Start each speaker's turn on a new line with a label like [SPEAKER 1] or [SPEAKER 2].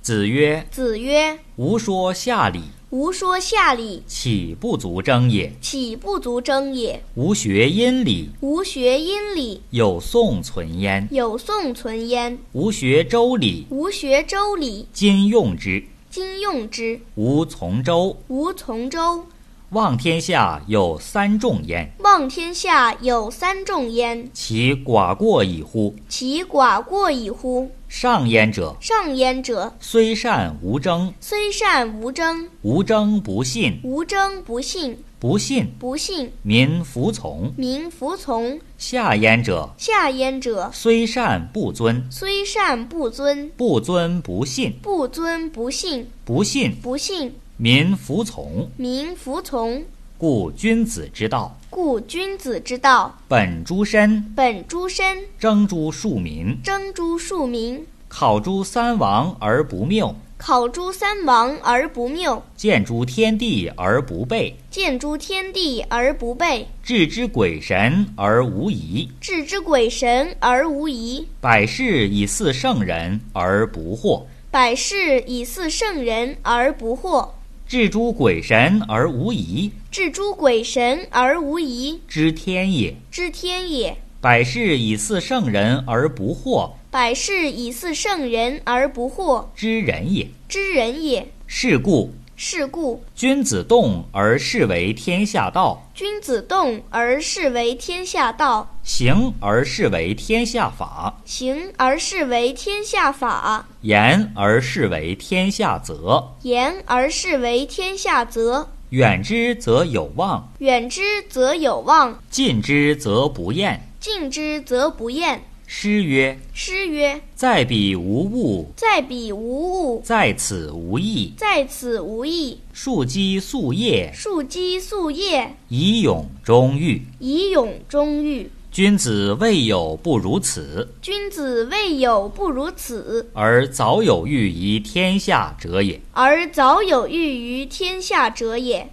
[SPEAKER 1] 子曰
[SPEAKER 2] 子曰：“
[SPEAKER 1] 吾说下礼，：“
[SPEAKER 2] 吾说下礼，
[SPEAKER 1] 岂不足争也？
[SPEAKER 2] 岂不足争也？
[SPEAKER 1] 吾学殷礼，
[SPEAKER 2] 吾学殷礼，
[SPEAKER 1] 有宋存焉；
[SPEAKER 2] 有宋存焉；
[SPEAKER 1] 吾学周礼，
[SPEAKER 2] 吾学周礼，
[SPEAKER 1] 今用之。
[SPEAKER 2] 今用之。
[SPEAKER 1] 吾从周，
[SPEAKER 2] 吾从周。
[SPEAKER 1] 望天下有三重焉，
[SPEAKER 2] 望天下有三重焉，
[SPEAKER 1] 其寡过已乎？
[SPEAKER 2] 其寡过矣乎？
[SPEAKER 1] 上焉者，
[SPEAKER 2] 上焉者，
[SPEAKER 1] 虽善无争，
[SPEAKER 2] 虽善无争，
[SPEAKER 1] 无争不信，
[SPEAKER 2] 无争不信，
[SPEAKER 1] 不信
[SPEAKER 2] 不信
[SPEAKER 1] 民服从。
[SPEAKER 2] 民服从。
[SPEAKER 1] 下焉者，
[SPEAKER 2] 下焉者，
[SPEAKER 1] 虽善不尊，
[SPEAKER 2] 虽善不尊，
[SPEAKER 1] 不尊不信，
[SPEAKER 2] 不尊不信，
[SPEAKER 1] 不信
[SPEAKER 2] 不信
[SPEAKER 1] 民服从。
[SPEAKER 2] 民服从。
[SPEAKER 1] 故君子之道，
[SPEAKER 2] 故君子之道，
[SPEAKER 1] 本诸身，
[SPEAKER 2] 本诸身，
[SPEAKER 1] 征诸庶民，
[SPEAKER 2] 征诸庶民，
[SPEAKER 1] 考诸三王而不谬，
[SPEAKER 2] 考诸三王而不谬，
[SPEAKER 1] 见诸天地而不悖，
[SPEAKER 2] 见诸天地而不悖，
[SPEAKER 1] 治之鬼神而无疑，
[SPEAKER 2] 治之鬼神而无疑。
[SPEAKER 1] 百世以似圣人而不惑，
[SPEAKER 2] 百世以似圣人而不惑，
[SPEAKER 1] 治诸鬼神而无疑，
[SPEAKER 2] 治诸鬼神而无疑，
[SPEAKER 1] 知天也；
[SPEAKER 2] 知天也。
[SPEAKER 1] 百世以似圣人而不惑，
[SPEAKER 2] 百世以似圣人而不惑，
[SPEAKER 1] 知人也。
[SPEAKER 2] 知人也。
[SPEAKER 1] 是故，
[SPEAKER 2] 是故，
[SPEAKER 1] 君子动而事为天下道，
[SPEAKER 2] 君子动而事为天下道，
[SPEAKER 1] 行而事为天下法，
[SPEAKER 2] 行而事为天下法，
[SPEAKER 1] 言而事为天下则。
[SPEAKER 2] 言而事为天下则。
[SPEAKER 1] 远之则有望，
[SPEAKER 2] 远之则有望，
[SPEAKER 1] 近之则不厌。
[SPEAKER 2] 近之则不厌。
[SPEAKER 1] 诗曰
[SPEAKER 2] 诗曰：“
[SPEAKER 1] 在彼无物，：“
[SPEAKER 2] 在彼无物，
[SPEAKER 1] 在此无益。
[SPEAKER 2] 在此无益。
[SPEAKER 1] 树积素叶，
[SPEAKER 2] 树积素叶，
[SPEAKER 1] 以咏中玉。
[SPEAKER 2] 以咏中玉。”
[SPEAKER 1] 君子未有不如此，
[SPEAKER 2] 君子未有不如此，
[SPEAKER 1] 而早有欲于天下者也。
[SPEAKER 2] 而早有欲于天下者也。